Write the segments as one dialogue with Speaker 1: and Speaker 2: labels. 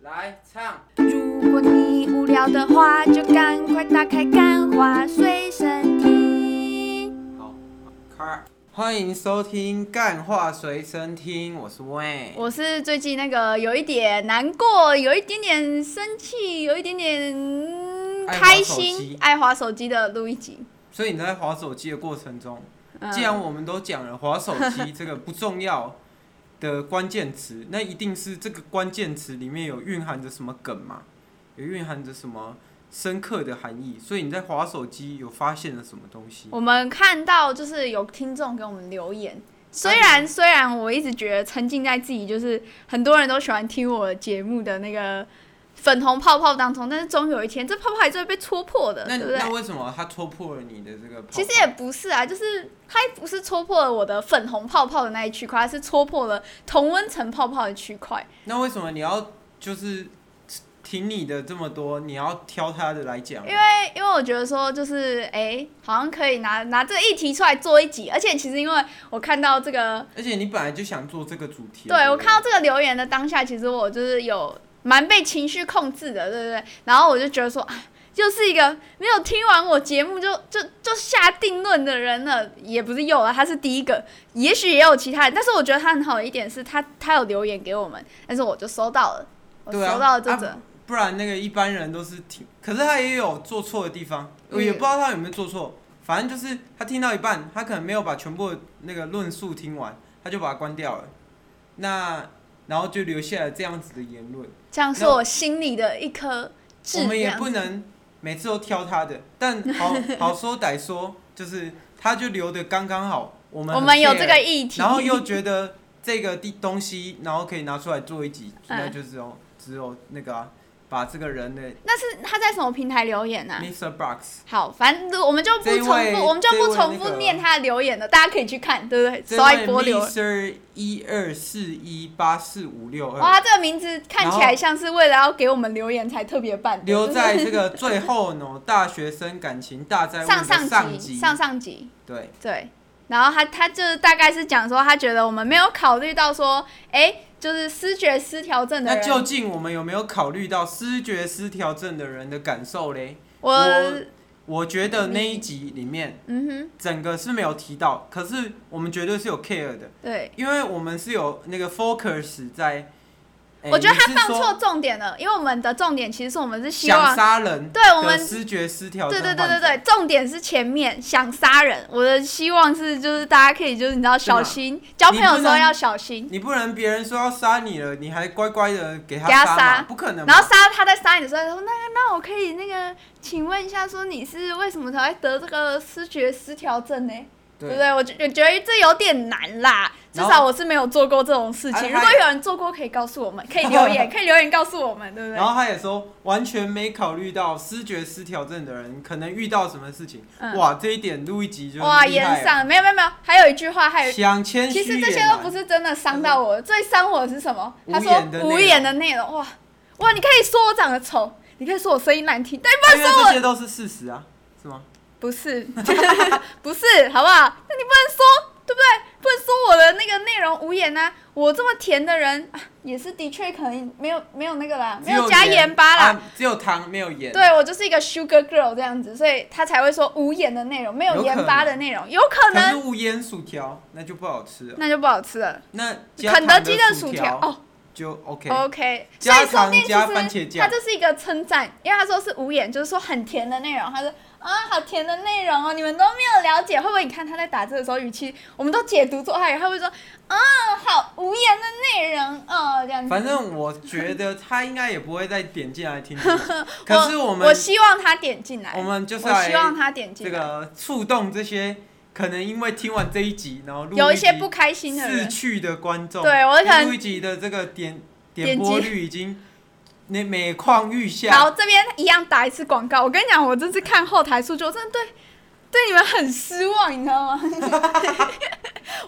Speaker 1: 来唱，
Speaker 2: 如果你无聊的话，就赶快打开《干花随身听》。
Speaker 1: 好，开。欢迎收听《干话随身听》，我是 Wayne。
Speaker 2: 我是最近那个有一点难过，有一点点生气，有一点点嗯
Speaker 1: 爱滑
Speaker 2: 开
Speaker 1: 手
Speaker 2: 心
Speaker 1: 机，
Speaker 2: 爱滑手机的录一集。
Speaker 1: 所以你在划手机的过程中，
Speaker 2: 嗯
Speaker 1: 既然我们都讲了划手机这个不重要的关键词， 那一定是这个关键词里面有蕴含着什么梗嘛？有蕴含着什么深刻的含义？所以你在划手机有发现了什么东西？
Speaker 2: 我们看到就是有听众给我们留言，虽然虽然我一直觉得沉浸在自己就是很多人都喜欢听我节目的那个粉红泡泡当中，但是终有一天这泡泡还是会被戳破的，
Speaker 1: 那
Speaker 2: 对不
Speaker 1: 那
Speaker 2: 对？
Speaker 1: 为什么它戳破了你的这个泡泡？
Speaker 2: 其实也不是啊，就是它不是戳破了我的粉红泡泡的那一区块，它是戳破了同温层泡泡的区块。
Speaker 1: 那为什么你要就是听你的这么多，你要挑他的来讲？
Speaker 2: 因为因为我觉得说就是哎、好像可以拿拿这个议题出来做一集，而且其实因为我看到这个
Speaker 1: 而且你本来就想做这个主题。啊
Speaker 2: 对我
Speaker 1: 不
Speaker 2: 看到这个留言的当下，其实我就是有蛮被情绪控制的，对不对？然后我就觉得说，啊，就是一个没有听完我节目就就就下定论的人了，也不是有啊，他是第一个，也许也有其他人，但是我觉得他很好的一点是他他有留言给我们，但是我就收到了，我
Speaker 1: 对啊
Speaker 2: 收到了这
Speaker 1: 啊
Speaker 2: 则，
Speaker 1: 不然那个一般人都是听，可是他也有做错的地方，我
Speaker 2: 嗯
Speaker 1: 也不知道他有没有做错，反正就是他听到一半，他可能没有把全部的那个论述听完，他就把它关掉了，那然后就留下了这样子的言论。
Speaker 2: 这样是
Speaker 1: 那
Speaker 2: 我心里的一颗痣，
Speaker 1: 我们
Speaker 2: 这
Speaker 1: 也
Speaker 2: 样
Speaker 1: 不
Speaker 2: 子
Speaker 1: 能每次都挑他的，但 好好说歹说，就是他就留的刚刚好，我们
Speaker 2: 我
Speaker 1: 我
Speaker 2: 们有这个议题，
Speaker 1: 然后又觉得这个地东西，然后可以拿出来做一集，那
Speaker 2: 嗯
Speaker 1: 就只有只有那个啊、把这个人的
Speaker 2: 那是他在什么平台留言呢、啊
Speaker 1: Mr. Box
Speaker 2: 好，反正我们就不
Speaker 1: 这一
Speaker 2: 重
Speaker 1: 位
Speaker 2: 复，我们就不重
Speaker 1: 这一位那
Speaker 2: 复
Speaker 1: 个
Speaker 2: 念他的留言了，大家可以去看，对不对？
Speaker 1: 这
Speaker 2: 搜一
Speaker 1: 位
Speaker 2: 波留。
Speaker 1: Mr. 一二四一八四五六二，
Speaker 2: 哇，这个名字看起来像是为了要给我们留言才特别办的。
Speaker 1: 留
Speaker 2: 就是
Speaker 1: 在这个最后呢，大学生感情大灾问
Speaker 2: 上
Speaker 1: 的
Speaker 2: 上
Speaker 1: 上
Speaker 2: 集、上上集，
Speaker 1: 对，
Speaker 2: 对。然后他他就是大概是讲说，他觉得我们没有考虑到说，哎，就是失觉失调症的
Speaker 1: 那究
Speaker 2: 人，
Speaker 1: 竟我们有没有考虑到失觉失调症的人的感受嘞？
Speaker 2: 我
Speaker 1: 我我觉得那一集里面
Speaker 2: 嗯
Speaker 1: 整个是没有提到，可是我们绝对是有 care 的
Speaker 2: 哼，，对，
Speaker 1: 因为我们是有那个 focus 在。哎
Speaker 2: 我觉得他
Speaker 1: 你是
Speaker 2: 放
Speaker 1: 说
Speaker 2: 错重点了，因为我们的重点其实是我们是希
Speaker 1: 想
Speaker 2: 望，
Speaker 1: 杀人，
Speaker 2: 对我们
Speaker 1: 失觉失调症
Speaker 2: 对对
Speaker 1: 患
Speaker 2: 对对
Speaker 1: 者
Speaker 2: 对，重点是前面想杀人，我的希望是就是大家可以就是你知道小心交朋友的时候要小心，
Speaker 1: 你不能别人说要杀你了，你还乖乖的给他
Speaker 2: 给他
Speaker 1: 杀嘛，
Speaker 2: 杀
Speaker 1: 不可能嘛。
Speaker 2: 然后杀他在杀你的时候，他说那那我可以那个，请问一下说你是为什么才会得这个失觉失调症呢？对不
Speaker 1: 对，
Speaker 2: 对？我觉我觉得这有点难啦，至
Speaker 1: 然后
Speaker 2: 少我是没有做过这种事
Speaker 1: 啊
Speaker 2: 情。
Speaker 1: 他
Speaker 2: 如果有人做过，可以告诉我们，可以 留言，可以留言告诉我们，对不对
Speaker 1: 然？后他也说完全没考虑到失觉失调症的人可能遇到什么事情。
Speaker 2: 嗯
Speaker 1: 哇，这一点录一集就
Speaker 2: 哇，
Speaker 1: 厉害啊了
Speaker 2: 言上没有没有没有，还有一句话，还有一句
Speaker 1: 想谦虚
Speaker 2: 其
Speaker 1: 也
Speaker 2: 实
Speaker 1: 难，
Speaker 2: 这些都不是真的伤到我，最伤我的是什么？他说
Speaker 1: 无言的内容
Speaker 2: 无言的内容，哇哇！你可以说我长得丑，你可以说我声音难听，但
Speaker 1: 因为这些都是事实啊，是吗？
Speaker 2: 不是， 不是，好不好？那你不能说，对不对？不能说我的那个内容无言啊！我这么甜的人，啊也是的确可能没有没有那个啦，没有
Speaker 1: 只
Speaker 2: 加盐巴啦。
Speaker 1: 啊只有糖没有盐。
Speaker 2: 对我就是一个 sugar girl 这样子，所以他才会说无盐的内容，没有
Speaker 1: 有可能
Speaker 2: 盐巴的内容，有可
Speaker 1: 可是
Speaker 2: 能
Speaker 1: 无盐薯条那就不好吃了。
Speaker 2: 那就不好吃了。
Speaker 1: 那加
Speaker 2: 肯德
Speaker 1: 糖
Speaker 2: 基
Speaker 1: 的
Speaker 2: 薯条
Speaker 1: 条
Speaker 2: 哦，
Speaker 1: 就 OK。
Speaker 2: OK，所
Speaker 1: 加
Speaker 2: 以说
Speaker 1: 糖
Speaker 2: 不定其
Speaker 1: 加番茄
Speaker 2: 实
Speaker 1: 酱
Speaker 2: 它这是一个称赞，因为他说是无眼，就是说很甜的内容。他说啊，好甜的内容哦，你们都没有了解，会不会？你看他在打字的时候语气，我们都解读错，他也会说啊，好无言的内容哦，这样子。
Speaker 1: 反正我觉得他应该也不会再点进来听 这个。可是我
Speaker 2: 我
Speaker 1: 们
Speaker 2: 希望他点进来，
Speaker 1: 我们就是
Speaker 2: 我
Speaker 1: 来
Speaker 2: 希望他点进
Speaker 1: 这
Speaker 2: 来，
Speaker 1: 个触动这些可能因为听完这一集，然后录
Speaker 2: 有一
Speaker 1: 集
Speaker 2: 些不开心的
Speaker 1: 逝
Speaker 2: 人，
Speaker 1: 去的观众，
Speaker 2: 对我可能
Speaker 1: 录一集的这个点
Speaker 2: 点
Speaker 1: 点
Speaker 2: 击
Speaker 1: 播率已经那每况愈
Speaker 2: 好，
Speaker 1: 下。
Speaker 2: 这边一样打一次广告。我跟你讲，我这次看后台数据，我真的对对你们很失望，你知道吗？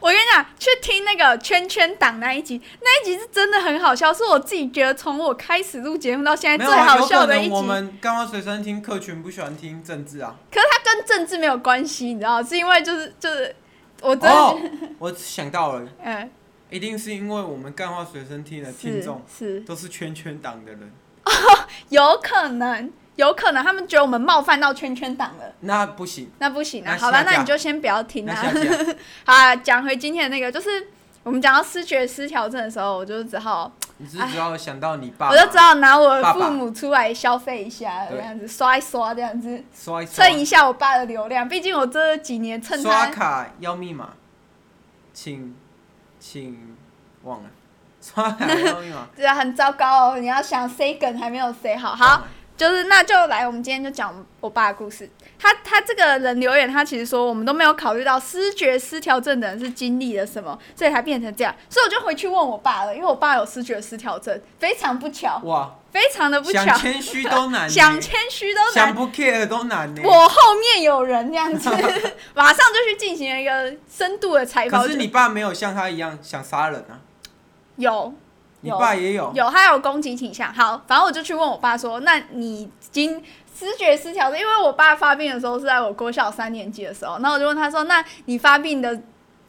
Speaker 2: 我跟你讲，去听那个圈圈党那一集，那一集是真的很好笑，是我自己觉得从我开始录节目到现在
Speaker 1: 没有
Speaker 2: 最
Speaker 1: 啊，
Speaker 2: 好
Speaker 1: 有
Speaker 2: 笑
Speaker 1: 可
Speaker 2: 的
Speaker 1: 能
Speaker 2: 一集。
Speaker 1: 我们刚刚随身听客群不喜欢听政治啊。
Speaker 2: 可是它跟政治
Speaker 1: 哦
Speaker 2: 没有关系，你知道吗，是因为就是就是我真的觉得，
Speaker 1: 哦，我想到了，
Speaker 2: 嗯、
Speaker 1: 一定是因为我们干话随身听的听
Speaker 2: 是
Speaker 1: 众
Speaker 2: 是，
Speaker 1: 都是圈圈党的人，
Speaker 2: 有可能，有可能他们觉得我们冒犯到圈圈党了。
Speaker 1: 那不行。
Speaker 2: 那不行啊，
Speaker 1: 那
Speaker 2: 好吧，
Speaker 1: 下架
Speaker 2: 那你就先不要听
Speaker 1: 那
Speaker 2: 啊。
Speaker 1: 下架，
Speaker 2: 好啊，讲回今天的那个，就是我们讲到失觉失调症的时候，我就只好，
Speaker 1: 你只只要想到你爸
Speaker 2: 我就只
Speaker 1: 爸
Speaker 2: 好拿我的
Speaker 1: 爸
Speaker 2: 父
Speaker 1: 爸
Speaker 2: 母出来消费一下，这
Speaker 1: 对
Speaker 2: 样子刷一刷，这样子
Speaker 1: 刷一刷
Speaker 2: 蹭一下我爸的流量。毕竟我这几年蹭
Speaker 1: 刷
Speaker 2: 他，。
Speaker 1: 卡要密码，请请忘了刷卡要密码
Speaker 2: 这很糟糕哦。你要想 say 梗还没有 say 好，好
Speaker 1: 忘，了，
Speaker 2: 就是那就来，我们今天就讲我爸的故事。他他这个人留言，他其实说我们都没有考虑到失觉失调症的人是经历了什么，所以才变成这样。所以我就回去问我爸了，因为我爸有失觉失调症，非常不巧，
Speaker 1: 哇，
Speaker 2: 非常的不巧
Speaker 1: 想，谦虚 都难呢，
Speaker 2: 想谦虚都
Speaker 1: 想
Speaker 2: 难。
Speaker 1: 不 care 都难呢。
Speaker 2: 我后面有人 这样子，马上就去进行了一个深度的采访。
Speaker 1: 可是你爸没有像他一样想杀人啊，
Speaker 2: 有
Speaker 1: 你
Speaker 2: 有
Speaker 1: 爸也有，
Speaker 2: 有，他有攻击倾向。好，反正我就去问我爸说：“那你经失觉失调症？”因为我爸发病的时候是在我国小三年级的时候，那我就问他说：“那你发病的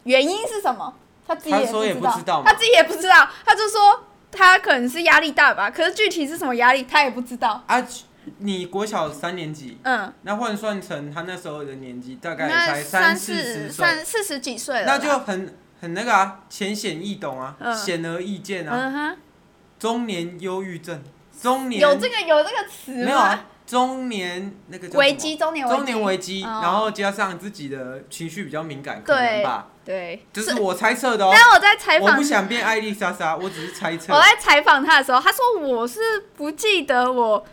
Speaker 2: 原因是什么？”他自己
Speaker 1: 他
Speaker 2: 也
Speaker 1: 说也不
Speaker 2: 知
Speaker 1: 知道嘛
Speaker 2: 他自己也不知道，他就说他可能是压力大吧，可是具体是什么压力他也不知道。
Speaker 1: 啊，你国小三年级，
Speaker 2: 嗯，
Speaker 1: 那换算成他那时候的年纪，大概也
Speaker 2: 那
Speaker 1: 才三四
Speaker 2: 四
Speaker 1: 十岁，
Speaker 2: 三四十几岁了啦，
Speaker 1: 那就很很那个啊，浅显易懂啊，
Speaker 2: 嗯
Speaker 1: 显、而易见啊。
Speaker 2: 嗯哼，
Speaker 1: 中年忧郁症，中年
Speaker 2: 有这个有这个词
Speaker 1: 没有
Speaker 2: 吗？
Speaker 1: 啊？中年那个叫什么
Speaker 2: 危，机，中年危机，
Speaker 1: 中年危机，
Speaker 2: 哦
Speaker 1: 然后加上自己的情绪比较敏感，可能
Speaker 2: 对
Speaker 1: 吧，
Speaker 2: 对，
Speaker 1: 这是我猜测的哦。
Speaker 2: 但我在采
Speaker 1: 我
Speaker 2: 访
Speaker 1: 不想变艾丽莎莎，我只是猜测
Speaker 2: 我。在采访他的时候，他说我是不记得我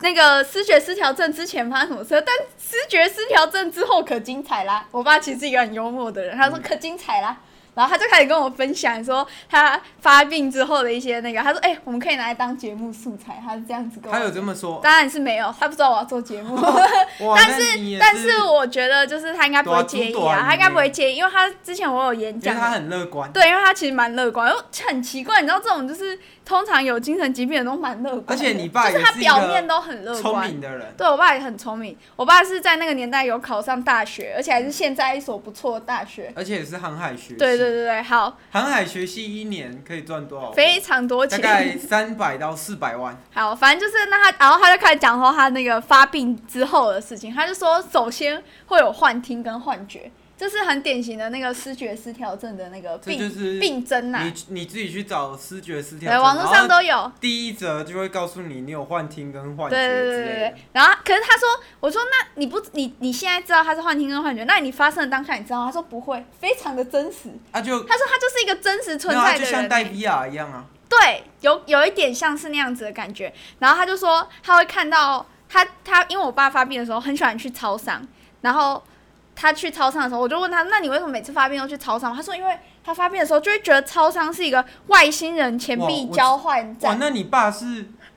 Speaker 2: 那个失觉失调症之前发生什么事，但失觉失调症之后可精彩啦。我爸其实是一个很幽默的人，他
Speaker 1: 嗯
Speaker 2: 说可精彩啦。然后他就开始跟我分享说他发病之后的一些那个，他说：“哎、我们可以拿来当节目素材。”他是这样子跟我。
Speaker 1: 他有这么说，
Speaker 2: 当然是没有，他不知道我要做节目。
Speaker 1: 哇，
Speaker 2: 但
Speaker 1: 是你也
Speaker 2: 但
Speaker 1: 是
Speaker 2: 是我觉得就是他应该不会介意
Speaker 1: 对啊
Speaker 2: 啊，他应该不
Speaker 1: 对
Speaker 2: 会介意，因为他之前我有演
Speaker 1: 因为
Speaker 2: 讲，
Speaker 1: 他很乐观，
Speaker 2: 对，因为他其实蛮乐观，又很奇怪，你知道这种就是通常有精神疾病的都蛮乐观的，
Speaker 1: 而且你爸
Speaker 2: 就
Speaker 1: 也
Speaker 2: 是他
Speaker 1: 是一个
Speaker 2: 表面都很乐
Speaker 1: 聪
Speaker 2: 观。
Speaker 1: 明的人。
Speaker 2: 对我爸也很聪明，我爸是在那个年代有考上大学，而且还是现在一所不错的大学。
Speaker 1: 而且也是航海学系，
Speaker 2: 对对对对，好，
Speaker 1: 航海学系一年可以赚多少？
Speaker 2: 非常多
Speaker 1: 大概
Speaker 2: 钱。
Speaker 1: 三百到四百万。
Speaker 2: 好，反正就是那他，然后他就开始讲说他那个发病之后的事情，他就说首先会有幻听跟幻觉，这是很典型的那个失觉失调症的那个
Speaker 1: 这
Speaker 2: 病、
Speaker 1: 就是
Speaker 2: 病症呐、
Speaker 1: 你你自己去找视觉失调
Speaker 2: 对，
Speaker 1: 症，
Speaker 2: 网络上
Speaker 1: 然后
Speaker 2: 都有。
Speaker 1: 第一则就会告诉你你有幻听跟幻觉
Speaker 2: 对对
Speaker 1: 之
Speaker 2: 对对
Speaker 1: 类
Speaker 2: 对
Speaker 1: 的。。
Speaker 2: 然后，可是他说，我说那你不你你现在知道他是幻听跟幻觉，那你发生的当下你知道吗？他说不会，非常的真实。
Speaker 1: 啊就
Speaker 2: 他说他就是一个真实存
Speaker 1: 没有啊
Speaker 2: 在
Speaker 1: 就
Speaker 2: 的
Speaker 1: 像
Speaker 2: 人
Speaker 1: 戴
Speaker 2: 欸。
Speaker 1: VR 一样啊，
Speaker 2: 对，有有一点像是那样子的感觉。然后他就说他会看到他他，因为我爸发病的时候很喜欢去超商，然后他去超商的时候，我就问他，那你为什么每次发病都去超商？他说因为他发病的时候就会觉得超商是一个外星人钱
Speaker 1: 哇
Speaker 2: 币
Speaker 1: 我
Speaker 2: 交换
Speaker 1: 哇，
Speaker 2: 站
Speaker 1: 那你爸是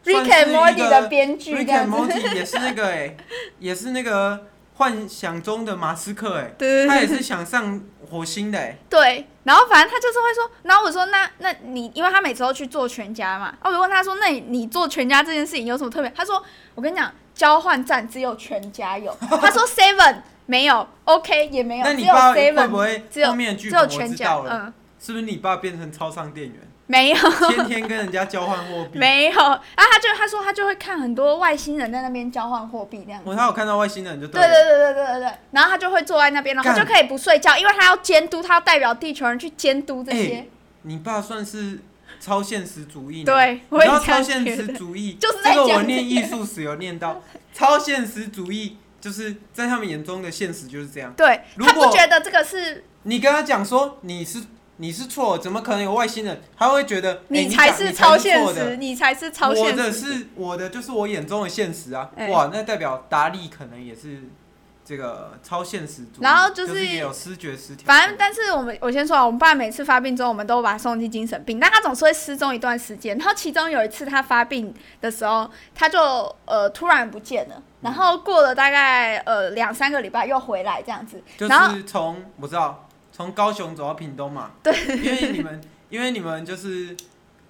Speaker 1: 算
Speaker 2: ，Rick
Speaker 1: 是
Speaker 2: and
Speaker 1: 一
Speaker 2: Morty 的
Speaker 1: 个
Speaker 2: 编剧
Speaker 1: Rick
Speaker 2: 这样
Speaker 1: and
Speaker 2: 子。
Speaker 1: Morty 也是那个哎，也是那个幻想中的马斯克哎，
Speaker 2: 对对对。
Speaker 1: 他也是想上火星的哎，
Speaker 2: 对，然后反正他就是会说，然后我说那那你，因为他每次都去做全家嘛，然后我就问他说，那你你做全家这件事情有什么特别？他说我跟你讲，交换站只有全家有，他说 Seven 没有，OK 也没有，
Speaker 1: 那
Speaker 2: 只
Speaker 1: 你
Speaker 2: 有
Speaker 1: 爸会不
Speaker 2: Seven
Speaker 1: 会
Speaker 2: 只有
Speaker 1: 后面的剧
Speaker 2: 只
Speaker 1: 本
Speaker 2: 有
Speaker 1: 我
Speaker 2: 全
Speaker 1: 知
Speaker 2: 家，
Speaker 1: 道了？
Speaker 2: 嗯，
Speaker 1: 是不是你爸变成超商店 员，
Speaker 2: 没有
Speaker 1: 天天跟人家交换货币？
Speaker 2: 没有，啊，他就他说他就会看很多外星人在那边交换货币那样子。
Speaker 1: 我他有看到外星人就
Speaker 2: 对
Speaker 1: 了。
Speaker 2: 对对对对对对，然后他就会坐在那边，然后他
Speaker 1: 干
Speaker 2: 就可以不睡觉，因为他要监督，他要代表地球人去监督这
Speaker 1: 哎
Speaker 2: 些。
Speaker 1: 你爸算是超现实主义呢，
Speaker 2: 对，
Speaker 1: 你
Speaker 2: 我
Speaker 1: 知
Speaker 2: 也
Speaker 1: 道
Speaker 2: 这
Speaker 1: 超
Speaker 2: 样
Speaker 1: 现
Speaker 2: 觉
Speaker 1: 实
Speaker 2: 得。
Speaker 1: 主义，
Speaker 2: 就是 在
Speaker 1: 这个
Speaker 2: 讲
Speaker 1: 我
Speaker 2: 这
Speaker 1: 念
Speaker 2: 个
Speaker 1: 艺术史有念到，超现实主义就是在他们眼中的现实就是这样。
Speaker 2: 对
Speaker 1: 如
Speaker 2: 他不
Speaker 1: 果哎
Speaker 2: 觉得这个是
Speaker 1: 你跟他讲说你是你是错，怎么可能有外星人？他会觉得哎
Speaker 2: 你
Speaker 1: 你
Speaker 2: 才
Speaker 1: 讲
Speaker 2: 是
Speaker 1: 你
Speaker 2: 超
Speaker 1: 是
Speaker 2: 现
Speaker 1: 错
Speaker 2: 实，
Speaker 1: 的，
Speaker 2: 你才是超
Speaker 1: 我
Speaker 2: 现
Speaker 1: 的
Speaker 2: 实。
Speaker 1: 是我的就是我眼中的现实啊！
Speaker 2: 哎
Speaker 1: 哇，那代表达利可能也是这个超现实主义，
Speaker 2: 然后就
Speaker 1: 就是也有视觉失调症，
Speaker 2: 反正，但是我们我先说啊，我们爸每次发病之后，我们都把他送进精神病，但他总是会失踪一段时间。然后其中有一次他发病的时候，他就呃突然不见了，然后过了大概呃两三个礼拜又回来这样子。
Speaker 1: 就
Speaker 2: 然后
Speaker 1: 是从我知道从高雄走到屏东嘛，
Speaker 2: 对，
Speaker 1: 因为你们因为你们就是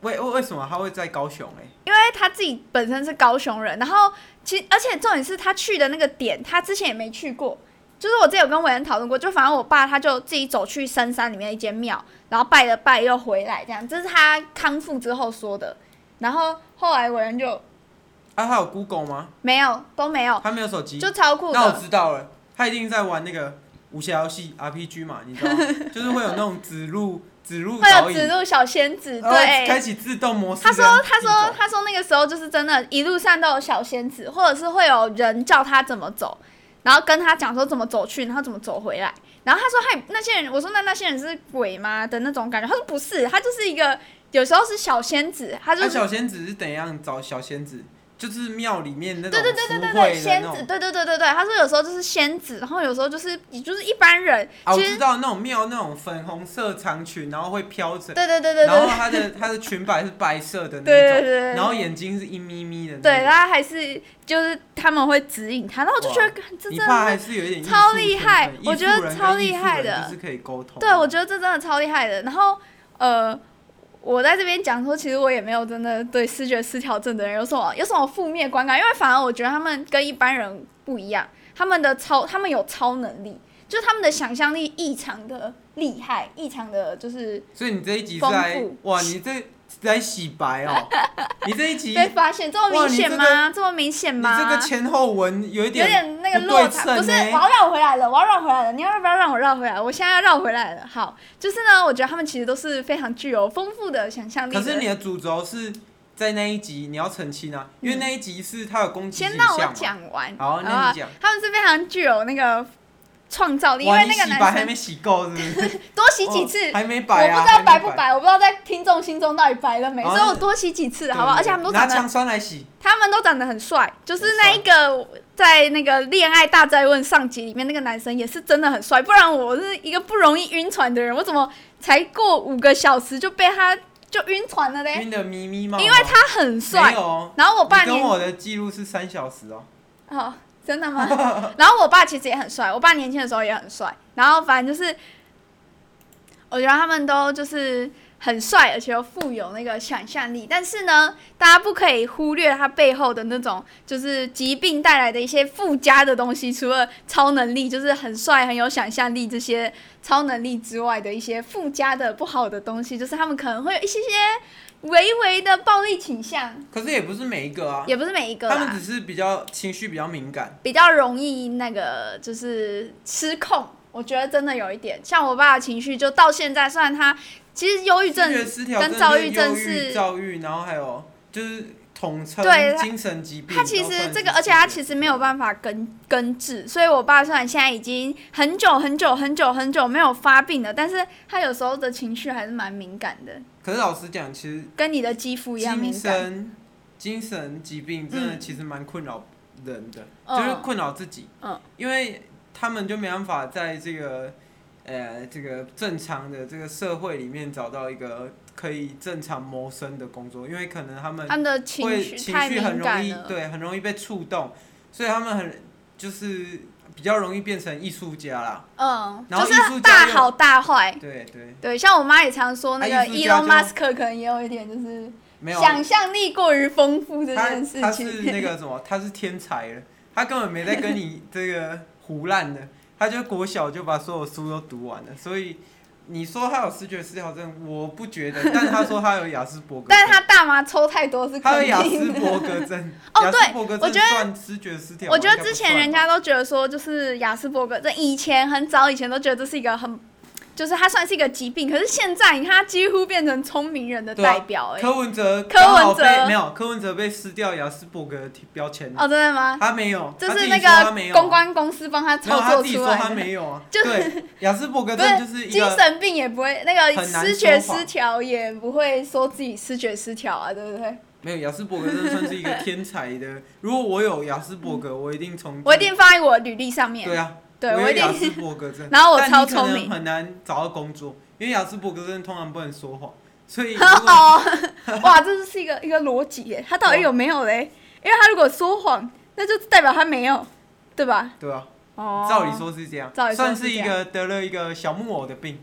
Speaker 1: 为为为什么他会在高雄、欸？
Speaker 2: 因为他自己本身是高雄人，然后其而且重点是他去的那个点，他之前也没去过。就是我之前有跟伟人讨论过，就反正我爸他就自己走去深山里面一间庙，然后拜了拜又回来，这样这是他康复之后说的。然后后来伟人就
Speaker 1: 啊，他有 Google 吗？
Speaker 2: 没有都没有，
Speaker 1: 他没有手机。
Speaker 2: 哦就超酷
Speaker 1: 那我
Speaker 2: 的。
Speaker 1: 知道了，他一定在玩那个武侠游戏 RPG 嘛，你知 道吗，就是会有那种指路指路
Speaker 2: 会
Speaker 1: 导
Speaker 2: 有
Speaker 1: 引，
Speaker 2: 指路小仙子，
Speaker 1: 然后哦开
Speaker 2: 对。
Speaker 1: 启自动模式
Speaker 2: 他
Speaker 1: 这
Speaker 2: 说
Speaker 1: 样。：“
Speaker 2: 他
Speaker 1: 自己
Speaker 2: 说
Speaker 1: 走，
Speaker 2: 他说那个时候就是真的，一路上都有小仙子，或者是会有人叫他怎么走，然后跟他讲说怎么走去，然后怎么走回来。然后他说：‘嗨，那些人，我说那那些人是鬼吗？’的那种感觉。他说不是，他就是一个有时候是小仙子，他就
Speaker 1: 那
Speaker 2: 是
Speaker 1: 啊小仙子是怎样找小仙子？就是庙里面那种
Speaker 2: 对对对对对
Speaker 1: 福慧的
Speaker 2: 对，仙
Speaker 1: 那
Speaker 2: 子，
Speaker 1: 种
Speaker 2: 对对对对对，他说有时候就是仙子，然后有时候就是也就是一般人，
Speaker 1: 啊，我
Speaker 2: 其实
Speaker 1: 知道那种庙那种粉红色长裙，然后会飘着，
Speaker 2: 对对对对
Speaker 1: 然后
Speaker 2: 对
Speaker 1: 它的它的裙摆是白色的那
Speaker 2: 对
Speaker 1: 一种，
Speaker 2: 对
Speaker 1: 然后
Speaker 2: 对，
Speaker 1: 眼睛是一眯眯的那
Speaker 2: 对，
Speaker 1: 种，
Speaker 2: 他还是就是他们会指引他，然后我就觉得这真
Speaker 1: 你
Speaker 2: 的
Speaker 1: 爸
Speaker 2: 是
Speaker 1: 还是有一点艺术
Speaker 2: 超厉害
Speaker 1: 成分
Speaker 2: 我觉得
Speaker 1: 艺术人跟
Speaker 2: 超
Speaker 1: 艺
Speaker 2: 厉
Speaker 1: 术
Speaker 2: 害
Speaker 1: 人
Speaker 2: 的
Speaker 1: 就是可以沟通。
Speaker 2: 对，我觉得这真的超厉害的。然后呃，我在这边讲说，其实我也没有真的对视觉失调症的人有什么有什么负面观感，因为反而我觉得他们跟一般人不一样，他们的超他们有超能力，就是他们的想象力异常的厉害，异常的就是
Speaker 1: 所以你这一集是
Speaker 2: 丰
Speaker 1: 来
Speaker 2: 富
Speaker 1: 哇，你这来洗白 哦，你这一集
Speaker 2: 被
Speaker 1: 你
Speaker 2: 发现这么
Speaker 1: 哇
Speaker 2: 明
Speaker 1: 你
Speaker 2: 显
Speaker 1: 这个
Speaker 2: 吗？这么明显吗？
Speaker 1: 这个前后文有一
Speaker 2: 有
Speaker 1: 点
Speaker 2: 点那个
Speaker 1: 不
Speaker 2: 落
Speaker 1: 对
Speaker 2: 差，
Speaker 1: 称
Speaker 2: 不是，
Speaker 1: 欸
Speaker 2: 我要绕回来了，我要绕回来了，你要不要让我绕回来？我现在要绕回来了。好，就是呢，我觉得他们其实都是非常具有丰富的想象力的。
Speaker 1: 可是你的主轴是在那一集你要澄清啊，因为那一集是他有攻击
Speaker 2: 嗯先
Speaker 1: 倾
Speaker 2: 让
Speaker 1: 向
Speaker 2: 我
Speaker 1: 嘛。
Speaker 2: 讲完，
Speaker 1: 好，
Speaker 2: 不
Speaker 1: 那你讲。
Speaker 2: 他们是非常具有那个创造力，因
Speaker 1: 哇，
Speaker 2: 为
Speaker 1: 你
Speaker 2: 那个
Speaker 1: 洗白
Speaker 2: 男
Speaker 1: 还
Speaker 2: 生
Speaker 1: 没洗够是不 是？
Speaker 2: 多洗几次，
Speaker 1: 哦还没白
Speaker 2: 我
Speaker 1: 啊，
Speaker 2: 不知道白
Speaker 1: 还没
Speaker 2: 不。白，我不知道在听众心中到底白了没，
Speaker 1: 好
Speaker 2: 所以我多洗几啊次，好不好？
Speaker 1: 对
Speaker 2: 而且他们都
Speaker 1: 拿
Speaker 2: 长得
Speaker 1: 强酸来洗，
Speaker 2: 他们都长得很帅，就是
Speaker 1: 很帅
Speaker 2: 那一个在那个《恋爱大灾问》上集里面那个男生也是真的很帅，不然我是一个不容易晕船的人，我怎么才过五个小时就被他就晕船了嘞？
Speaker 1: 晕的咪咪嘛。
Speaker 2: 哎因为他很
Speaker 1: 没
Speaker 2: 帅，
Speaker 1: 有哦，
Speaker 2: 然后我爸
Speaker 1: 你跟
Speaker 2: 年
Speaker 1: 我的记录是三小时哦。
Speaker 2: 哦，真的吗？ 然后我爸其实也很帅，我爸年轻的时候也很帅，然后反正就是，我觉得他们都就是很帅，而且又富有那个想象力。但是呢，大家不可以忽略他背后的那种就是疾病带来的一些附加的东西，除了超能力，就是很帅、很有想象力这些超能力之外的一些附加的不好的东西，就是他们可能会有一些些微微的暴力倾向，
Speaker 1: 可是也不是每一个啊，
Speaker 2: 也不是每一个啦。
Speaker 1: 他们只是比较情绪比较敏感。
Speaker 2: 比较容易那个就是失控。我觉得真的有一点，像我爸的情绪，就到现在，虽然他其实忧郁症
Speaker 1: 视觉失调
Speaker 2: 跟
Speaker 1: 症
Speaker 2: 躁
Speaker 1: 是
Speaker 2: 郁
Speaker 1: 忧
Speaker 2: 症
Speaker 1: 郁
Speaker 2: 是
Speaker 1: 躁郁，然后还有就是统称
Speaker 2: 对他
Speaker 1: 精神疾病。
Speaker 2: 他其
Speaker 1: 都算
Speaker 2: 实
Speaker 1: 是
Speaker 2: 这个，而且他
Speaker 1: 疾
Speaker 2: 其
Speaker 1: 病
Speaker 2: 实没有办法根根治，所以我爸虽然现在已经很久很久很久很久没有发病了，但是他有时候的情绪还是蛮敏感的，
Speaker 1: 可是老实讲，其实
Speaker 2: 跟你的肌肤一样
Speaker 1: 精
Speaker 2: 敏感。
Speaker 1: 神精神疾病真的其实蛮困扰人的，
Speaker 2: 嗯
Speaker 1: 就是困扰自己。
Speaker 2: 嗯，
Speaker 1: 因为他们就没办法在这个呃这个正常的这个社会里面找到一个可以正常谋生的工作，因为可能他们
Speaker 2: 他们的
Speaker 1: 会
Speaker 2: 情绪
Speaker 1: 情
Speaker 2: 太
Speaker 1: 绪很
Speaker 2: 敏
Speaker 1: 容
Speaker 2: 感
Speaker 1: 易
Speaker 2: 了，
Speaker 1: 对很容易被触动，所以他们很就是比较容易变成艺术家啦。
Speaker 2: 嗯，
Speaker 1: 然后
Speaker 2: 就
Speaker 1: 艺术家
Speaker 2: 是大
Speaker 1: 又
Speaker 2: 好大坏。
Speaker 1: 对对，
Speaker 2: 对，像我妈也常说，那
Speaker 1: 啊
Speaker 2: 个
Speaker 1: 艺术家
Speaker 2: Elon
Speaker 1: 就
Speaker 2: Musk 可能也有一点就是
Speaker 1: 没有啊
Speaker 2: 想象力过于丰富这
Speaker 1: 他
Speaker 2: 件事
Speaker 1: 他是那
Speaker 2: 情。
Speaker 1: 个什么，他是天才了，他根本没在跟你这个胡乱的，他就国小就把所有书都读完了，所以你说他有视觉失调症，我不觉得，但他说他有雅斯伯格症，
Speaker 2: 但是他大麻抽太多是
Speaker 1: 他有
Speaker 2: 肯
Speaker 1: 雅
Speaker 2: 定
Speaker 1: 斯
Speaker 2: 的。
Speaker 1: 伯格症，
Speaker 2: 哦
Speaker 1: 雅斯
Speaker 2: 对
Speaker 1: 伯格
Speaker 2: 我
Speaker 1: 症
Speaker 2: 觉得
Speaker 1: 算视觉失调吗，
Speaker 2: 我觉
Speaker 1: 应该
Speaker 2: 得
Speaker 1: 不啊
Speaker 2: 之前
Speaker 1: 算
Speaker 2: 人
Speaker 1: 吧
Speaker 2: 家都觉得说，就是雅斯伯格症，以前很早以前都觉得这是一个很，就是它算是一个疾病，可是现在你看它几乎变成聪明人的
Speaker 1: 对啊
Speaker 2: 代表哎、
Speaker 1: 柯文哲
Speaker 2: 柯文
Speaker 1: 刚好被
Speaker 2: 哲
Speaker 1: 没有柯文哲被撕掉雅斯伯格的标签，
Speaker 2: 哦，真的吗？
Speaker 1: 他没有，
Speaker 2: 这
Speaker 1: 他自
Speaker 2: 是
Speaker 1: 己
Speaker 2: 那
Speaker 1: 说他
Speaker 2: 个
Speaker 1: 没有啊
Speaker 2: 公关公司帮他
Speaker 1: 没有，他
Speaker 2: 操作
Speaker 1: 自己
Speaker 2: 出
Speaker 1: 说
Speaker 2: 来
Speaker 1: 他
Speaker 2: 的。
Speaker 1: 没有啊。
Speaker 2: 就
Speaker 1: 对，雅斯伯格
Speaker 2: 不是
Speaker 1: 症就是一
Speaker 2: 精
Speaker 1: 个
Speaker 2: 神病也不会，那个
Speaker 1: 很难
Speaker 2: 视觉
Speaker 1: 说谎
Speaker 2: 失调也不会说自己视觉失调啊，对不对？
Speaker 1: 没有，雅斯伯格真的算是一个天才的。 如果我有雅斯伯格，我一定从
Speaker 2: 我一定放在我履历上面。
Speaker 1: 对啊，
Speaker 2: 对，
Speaker 1: 我
Speaker 2: 我一
Speaker 1: 有雅
Speaker 2: 定。。
Speaker 1: 斯伯格症
Speaker 2: 然后我
Speaker 1: 但你
Speaker 2: 超
Speaker 1: 可
Speaker 2: 聪
Speaker 1: 能
Speaker 2: 明
Speaker 1: 很难找到工作，因为雅斯伯格症通常不能说谎，所以如果
Speaker 2: 哦，哇，这是一个一个逻辑耶，他到底有没有嘞？因为他如果说谎，那就代表他没有，对吧？
Speaker 1: 对啊，
Speaker 2: 哦，
Speaker 1: 照理说是这样
Speaker 2: 照理，说
Speaker 1: 算
Speaker 2: 是
Speaker 1: 是一
Speaker 2: 这
Speaker 1: 个得了一个小木偶的 病，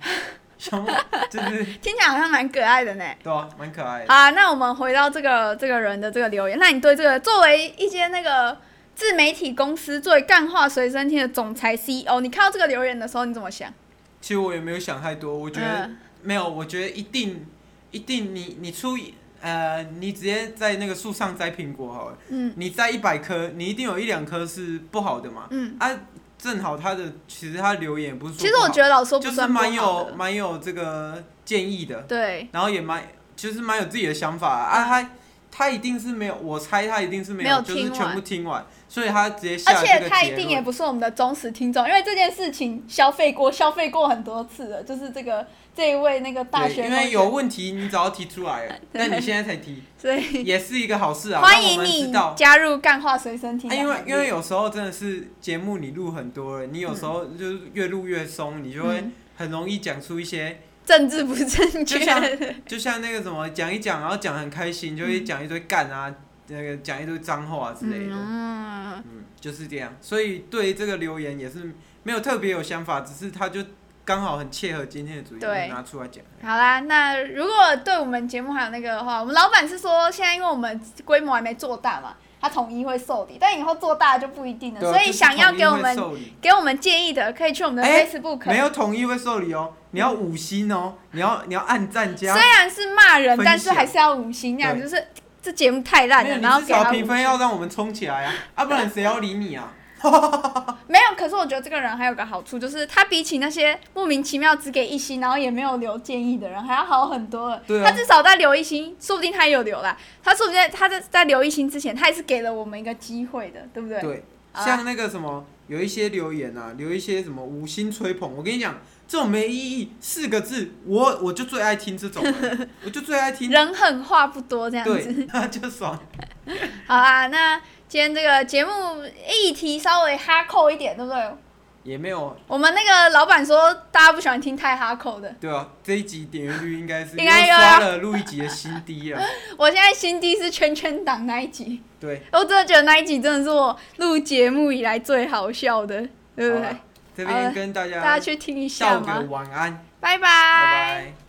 Speaker 1: 小木就是
Speaker 2: 听起来好像蛮可爱的呢。
Speaker 1: 对啊，蛮可爱的。
Speaker 2: 好啊，那我们回到这个这个人的这个留言，那你对这个作为一些那个自媒体公司作为干话随身听的总裁 CEO，你看到这个留言的时候你怎么想？嗯
Speaker 1: 其实我也没有想太多，我
Speaker 2: 我
Speaker 1: 觉得、没有，我觉得一定一定你你出呃，你直接在那个树上摘苹果好了，
Speaker 2: 嗯
Speaker 1: 你摘一百颗，你一定有一两颗是不好的嘛。
Speaker 2: 嗯，
Speaker 1: 啊，正好他的其实他留言也不是说
Speaker 2: 其实我觉得老实说
Speaker 1: 得
Speaker 2: 不
Speaker 1: 就是
Speaker 2: 算不
Speaker 1: 蛮
Speaker 2: 好
Speaker 1: 有呃
Speaker 2: 的，
Speaker 1: 蛮有这个建议的，
Speaker 2: 对，
Speaker 1: 然后也蛮就是蛮有自己的想法啊。啊他他一定是没有，我猜他一定是没有，
Speaker 2: 嗯没有
Speaker 1: 就是
Speaker 2: 听
Speaker 1: 全部
Speaker 2: 完
Speaker 1: 听完，所以他直接下
Speaker 2: 而
Speaker 1: 了这
Speaker 2: 且
Speaker 1: 个
Speaker 2: 他
Speaker 1: 结
Speaker 2: 一定
Speaker 1: 论
Speaker 2: 也不是我们的忠实听众，因为这件事情消费过，消费过很多次了，就是这个这一位那个大
Speaker 1: 对，
Speaker 2: 学
Speaker 1: 因
Speaker 2: 同
Speaker 1: 为
Speaker 2: 学，
Speaker 1: 有问题你早要提出来了 但你现在才提，
Speaker 2: 所 以
Speaker 1: 也是一个好事啊。
Speaker 2: 欢
Speaker 1: 让我
Speaker 2: 迎
Speaker 1: 们知
Speaker 2: 你
Speaker 1: 道。
Speaker 2: 加入干话随身听
Speaker 1: 啊、
Speaker 2: 的
Speaker 1: 因为
Speaker 2: 行列。
Speaker 1: 因为有时候真的是节目你录很多了，你有时候就是越录越松，你就会
Speaker 2: 嗯
Speaker 1: 很容易讲出一些，
Speaker 2: 政治不正
Speaker 1: 就，
Speaker 2: 确
Speaker 1: 像就像那个什么讲一讲，然后讲很开心，就会讲一堆干啊，那个讲一堆脏话之类的，嗯
Speaker 2: 嗯，
Speaker 1: 就是这样。所以对这个留言也是没有特别有想法，只是他就刚好很切合今天的主题，
Speaker 2: 对
Speaker 1: 就拿出来讲。
Speaker 2: 好啦，那如果对我们节目还有那个的话，我们老板是说现在因为我们规模还没做大嘛，他统一会受理，但以后做大就不一定了。
Speaker 1: 对啊
Speaker 2: 所以
Speaker 1: 就是
Speaker 2: 想要
Speaker 1: 统一
Speaker 2: 给我
Speaker 1: 会
Speaker 2: 们
Speaker 1: 受理
Speaker 2: 给我们建议的，可以去我们的
Speaker 1: 哎
Speaker 2: Facebook、
Speaker 1: 没有统一会受理哦，你要五星哦，你要你要按赞加
Speaker 2: 虽然是骂人，
Speaker 1: 分
Speaker 2: 但是
Speaker 1: 享
Speaker 2: 还是要五星那样，
Speaker 1: 对
Speaker 2: 就是这节目太烂
Speaker 1: 没有，
Speaker 2: 了，
Speaker 1: 你
Speaker 2: 然后
Speaker 1: 至
Speaker 2: 给
Speaker 1: 少
Speaker 2: 他五
Speaker 1: 评
Speaker 2: 星。
Speaker 1: 分要让我们冲起 来啊，啊，不然谁要理你啊？
Speaker 2: 没有，可是我觉得这个人还有个好处，就是他比起那些莫名其妙只给一星，然后也没有留建议的人，还要好很多了。
Speaker 1: 对啊
Speaker 2: 他至少在留一星，说不定他也有留啦。他说不定在他在在留一星之前，他也是给了我们一个机会的，对不对？
Speaker 1: 对，
Speaker 2: 好啊
Speaker 1: 像那个什么，有一些留言啊，留一些什么五星吹捧，我跟你讲，这种没意义，四个字，我我就最爱听这种了， 我就最爱听，
Speaker 2: 人狠话不多这样子。
Speaker 1: 对， 那就爽。
Speaker 2: 好啊，那今天这个节目议题稍微哈扣一点，对不对？
Speaker 1: 也没有，
Speaker 2: 我们那个老板说大家不喜欢听太哈扣的，
Speaker 1: 对啊，这一集点阅率应该是
Speaker 2: 应该
Speaker 1: 又
Speaker 2: 又
Speaker 1: 刷
Speaker 2: 要
Speaker 1: 了录一集的新低 啊，
Speaker 2: 我现在心低是圈圈党那一集，
Speaker 1: 对，
Speaker 2: 我真的觉得那一集真的是我录节目以来最好笑的，对不
Speaker 1: 好
Speaker 2: 对
Speaker 1: 啦？这
Speaker 2: 好了啊
Speaker 1: 边跟大
Speaker 2: 大家
Speaker 1: 家
Speaker 2: 去听一下
Speaker 1: 道个
Speaker 2: 嘛，
Speaker 1: 晚安，
Speaker 2: 拜
Speaker 1: 拜拜。